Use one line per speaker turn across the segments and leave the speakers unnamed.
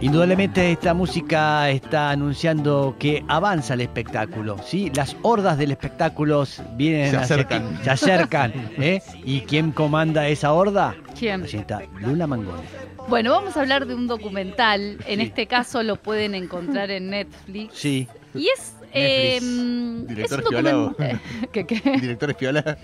Indudablemente esta música está anunciando que avanza el espectáculo, ¿sí? Las hordas del espectáculo vienen
Se
hacia
acercan.
ti, se acercan, ¿eh? ¿Y quién comanda esa horda?
¿Quién?
Allí está, Luna Mangón.
Bueno, vamos a hablar de un documental. En este caso lo pueden encontrar en Netflix.
Sí,
Y es. eh, mm, es
Director
un
Esquiolado.
documental. ¿Qué, qué?
Director Espiola.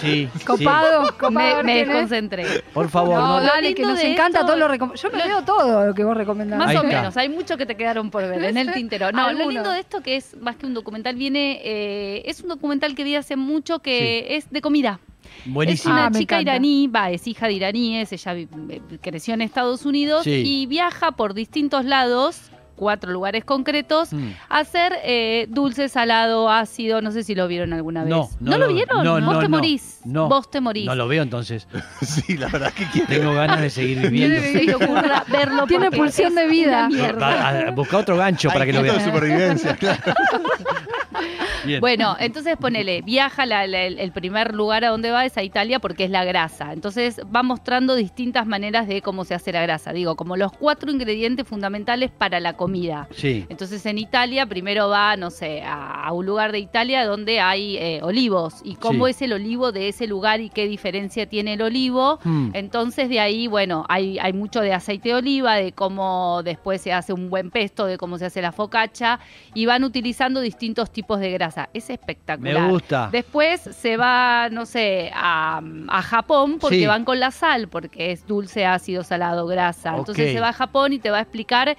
sí, sí.
Copado, copado.
Me, me
¿quién es?
desconcentré.
Por favor,
No,
no,
la-
Dale, que
lindo
nos
de
encanta
esto-
todo lo recom- Yo me veo todo lo que vos recomendás.
Más
Ahí
o
está.
menos, hay mucho que te quedaron por ver en el tintero. No, lo
Algunos.
lindo de esto que es más que un documental, viene, eh, es un documental que vi hace mucho que es de comida.
buenísimo.
Es
Ah,
una
me
chica
encanta.
iraní, va, es hija de iraníes, ella vi- eh, creció en Estados Unidos
Sí.
y viaja por distintos lados, cuatro lugares concretos,
Mm.
a hacer eh, dulce, salado, ácido, no sé si lo vieron alguna vez.
No, no
lo
lo-
vieron?
no,
Vos
no,
te
no,
morís.
no.
Vos te morís.
No lo veo entonces.
Sí, la verdad que quiere.
Tengo ganas de seguir viviendo.
Se te ocurra verlo
Tiene
porque
pulsión de
es
vida.
una mierda.
Va, a- Busca otro gancho para que lo
Hay punto de
veas.
supervivencia, claro.
Bien.
Bueno, entonces ponele, viaja la- la- el el primer lugar a donde va es a Italia porque es la grasa. Entonces va mostrando distintas maneras de cómo se hace la grasa. Digo, como los cuatro ingredientes fundamentales para la comida.
Sí,
Entonces en Italia primero va, no sé, a, a un lugar de Italia donde hay eh, olivos y cómo
Sí.
es el olivo de ese lugar y qué diferencia tiene el olivo.
Mm.
Entonces de ahí, bueno, hay, hay mucho de aceite de oliva, de cómo después se hace un buen pesto, de cómo se hace la focacha y van utilizando distintos tipos de grasa. Es
me
espectacular.
gusta.
Después se va, no sé, a, a Japón porque
Sí.
van con la sal, porque es dulce, ácido, salado, grasa.
Ok.
Entonces se va a Japón y te va a explicar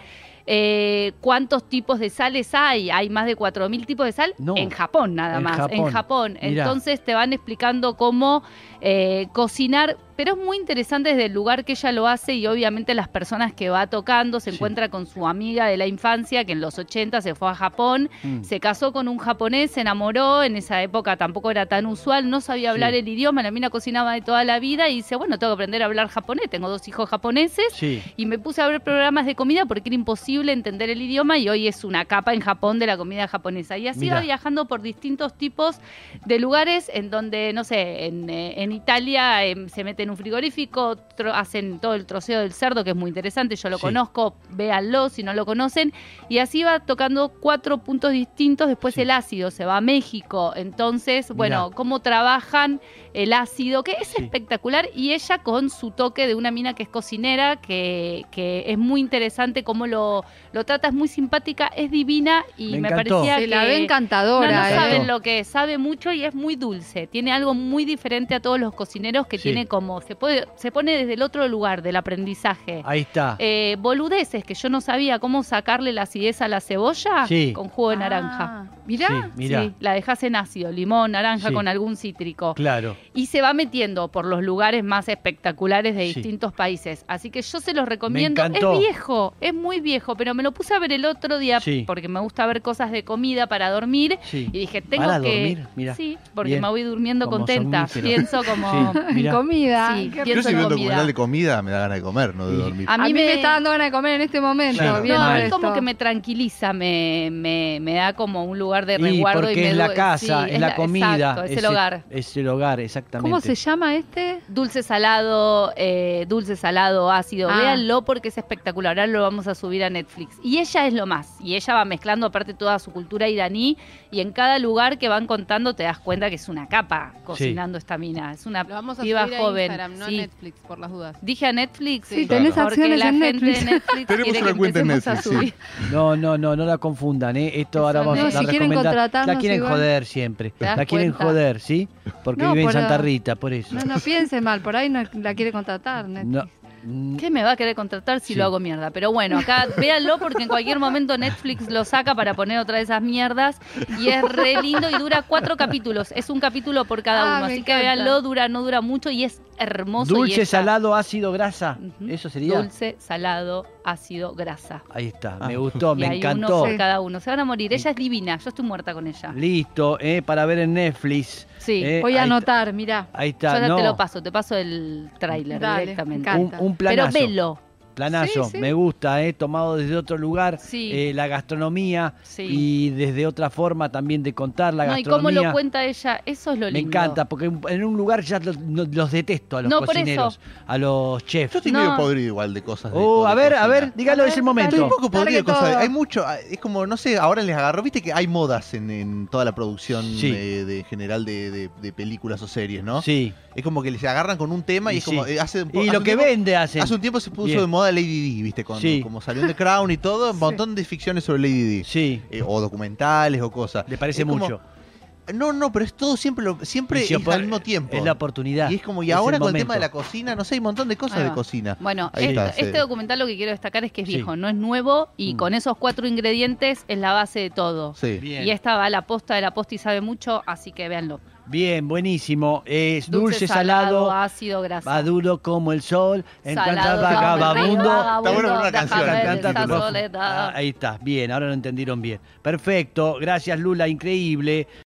eh, cuántos tipos de sales hay. Hay más de 4.000 tipos de sal
No.
en Japón nada
En
más, en
Japón.
Japón.
Mirá.
Entonces te van explicando cómo eh, cocinar. Pero es muy interesante desde el lugar que ella lo hace y obviamente las personas que va tocando. Se
Sí.
encuentra con su amiga de la infancia que en los 80 se fue a Japón
Mm.
se casó con un japonés, se enamoró, en esa época tampoco era tan usual, no sabía hablar
Sí.
el idioma, la mina cocinaba de toda la vida y dice, bueno, tengo que aprender a hablar japonés, tengo dos hijos japoneses
Sí.
y me puse a ver programas de comida porque era imposible entender el idioma y hoy es una capa en Japón de la comida japonesa. Y así
Mirá.
va viajando por distintos tipos de lugares en donde, no sé, en, eh, en Italia em, se mete en un frigorífico, tro- hacen todo el troceo del cerdo, que es muy interesante, yo lo
Sí.
conozco, véanlo si no lo conocen. Y así va tocando cuatro puntos distintos, después
Sí.
el ácido, se va a México. Entonces, bueno,
Mirá.
cómo trabajan el ácido, que es
Sí.
espectacular, y ella con su toque de una mina que es cocinera, que, que es muy interesante cómo lo, lo trata, es muy simpática, es divina y
Me
me,
encantó.
parecía
Se
que...
la ve
no,
encantadora.
no
eh.
saben lo que es, sabe mucho y es muy dulce. Tiene algo muy diferente a todos los cocineros que
Sí.
tiene como, se, puede, se pone desde el otro lugar del aprendizaje.
Ahí está.
Eh, boludeces que yo no sabía cómo sacarle la acidez a la cebolla
Sí.
con jugo de naranja.
Ah,
Sí,
mirá.
mirá,
Sí, la dejas en ácido, limón, naranja
Sí.
con algún cítrico
claro.
y se va metiendo por los lugares más espectaculares de
Sí.
distintos países. Así que yo se los recomiendo. Es
encantó.
viejo, es muy viejo, pero me lo puse a ver el otro día
Sí.
porque me gusta ver cosas de comida para dormir.
Sí.
Y dije, tengo
Para
que.
dormir, mirá.
Sí, porque
Bien.
me voy durmiendo
Como
contenta.
somnífero.
Pienso como.
Sí, mirá.
Ah, Comida.
Sí,
Qué-
Yo
Pienso
si
en
veo un
comida.
documental de comida me da ganas de comer, no de
Sí. Ah,
dormir.
A mí, me... está dando ganas de comer en este momento.
Claro.
viendo
No, a mí
mal.
esto.
como que me tranquiliza, me, me, me da como un lugar de
Y
resguardo.
porque
y me
es
due-
la casa,
sí,
es la, comida.
exacto, es el hogar.
Es el hogar, exactamente.
¿Cómo se llama este?
Dulce salado, eh, dulce salado, ácido.
Ah.
Véanlo porque es espectacular. Ahora lo vamos a subir a Netflix. Y ella es lo más. Y ella va mezclando aparte toda su cultura iraní. Y en cada lugar que van contando te das cuenta que es una capa cocinando esta mina. Es una
Lo vamos a
piba
subir
joven.
a Instagram, no
Sí.
a Netflix, por las dudas.
Dije a Netflix.
Sí,
Claro. tenés
porque
acciones
la
en
gente
Netflix.
de Netflix
Tenemos
quiere
una
que
cuenta en
empecemos
Netflix,
a
sí.
subir.
No, no, no, no la confundan, ¿eh? Esto ahora
Eso
vamos
no,
a
si
la
quieren
recomendar. La
contratarnos,
quieren
igual.
joder siempre.
¿Te das
La quieren
cuenta?
joder, ¿sí? Porque
No,
vive en
por
Santa
ahora-
Rita, por eso.
No, no piensen mal, por ahí no la quiere contratar. Netflix.
No, mm,
¿Qué me va a querer contratar si
Sí.
lo hago mierda? Pero bueno, acá véanlo porque en cualquier momento Netflix lo saca para poner otra de esas mierdas y es re lindo y dura cuatro capítulos. Es un capítulo por cada
Ah,
uno,
me
así que
encanta.
véanlo, dura, no dura mucho y es hermoso. y
Dulce,
ella-
salado, ácido, grasa.
Ujú.
Eso sería.
Dulce, salado, ácido, grasa.
Ahí está,
Ah.
me gustó,
y
Oh, me
hay
encantó.
uno por cada uno. Se van a morir.
Me
Ella es divina. Yo estoy muerta con ella.
Listo, ¿eh? Para ver en Netflix.
Sí.
Eh,
Voy a
ahí
anotar, mirá.
Ahí
Yo
está,
ahora
no.
te lo paso. Te paso el tráiler
Dale, me
directamente.
encanta.
Un, un
Pero
planazo.
velo.
Planazo,
Sí, sí.
me gusta, eh, tomado desde otro lugar,
Sí.
eh, la gastronomía
Sí.
y desde otra forma también de contar la
No, y cómo
gastronomía.
lo cuenta ella, eso es lo
me
lindo.
encanta, porque en un lugar ya los, no- los detesto a los
No, por
cocineros, a los
Yo
chefs.
estoy
No.
medio podrido igual de cosas. de-
Oh,
de
a ver, a
cocina.
ver, dígalo,
A
es el
ver,
Estoy
momento.
un poco podrido de
Largue
cosas.
todo.
Hay mucho, es como, no sé, ahora les agarró, viste que hay modas en, en toda la producción
Sí.
eh, de, en general de, de- de películas o series, ¿no?
Sí.
Es como que les agarran con un tema y,
Y
es como,
sí.
eh, hace un po-
Y
hace
lo
un
que
tiempo-
vende hacen.
Hace un tiempo se puso
Bien.
de moda Lady D, viste, cuando
Sí.
como salió The Crown y todo, un
Sí.
montón de ficciones sobre Lady D.
Sí,
Eh, o documentales o cosas.
le parece
Es como-
mucho.
No, no, pero es todo siempre lo- siempre
Y si
es
opor-
al mismo tiempo.
Es la oportunidad.
y es como, y
es
ahora
el
con el tema de la
momento.
cocina, no sé, hay un montón de cosas
Ahí
de
va.
cosas.
Bueno,
Ahí
es-
está, sí.
este documental lo que quiero destacar es que es
Sí.
viejo, no es nuevo y
Mm.
con esos cuatro ingredientes es la base de todo.
Sí.
Bien.
Y esta va a la posta de la posta y sabe mucho, así que véanlo.
Bien, buenísimo. Es dulce, salado,
ácido, graso.
va duro como el sol, encanta
Salado,
vagabundo.
vagabundo,
Está bueno para una
déjame
canción,
de
encanta
esta
tu profe. Ah,
soledad.
Ah, ahí está, bien, ahora lo entendieron bien. Perfecto, gracias Lula, increíble.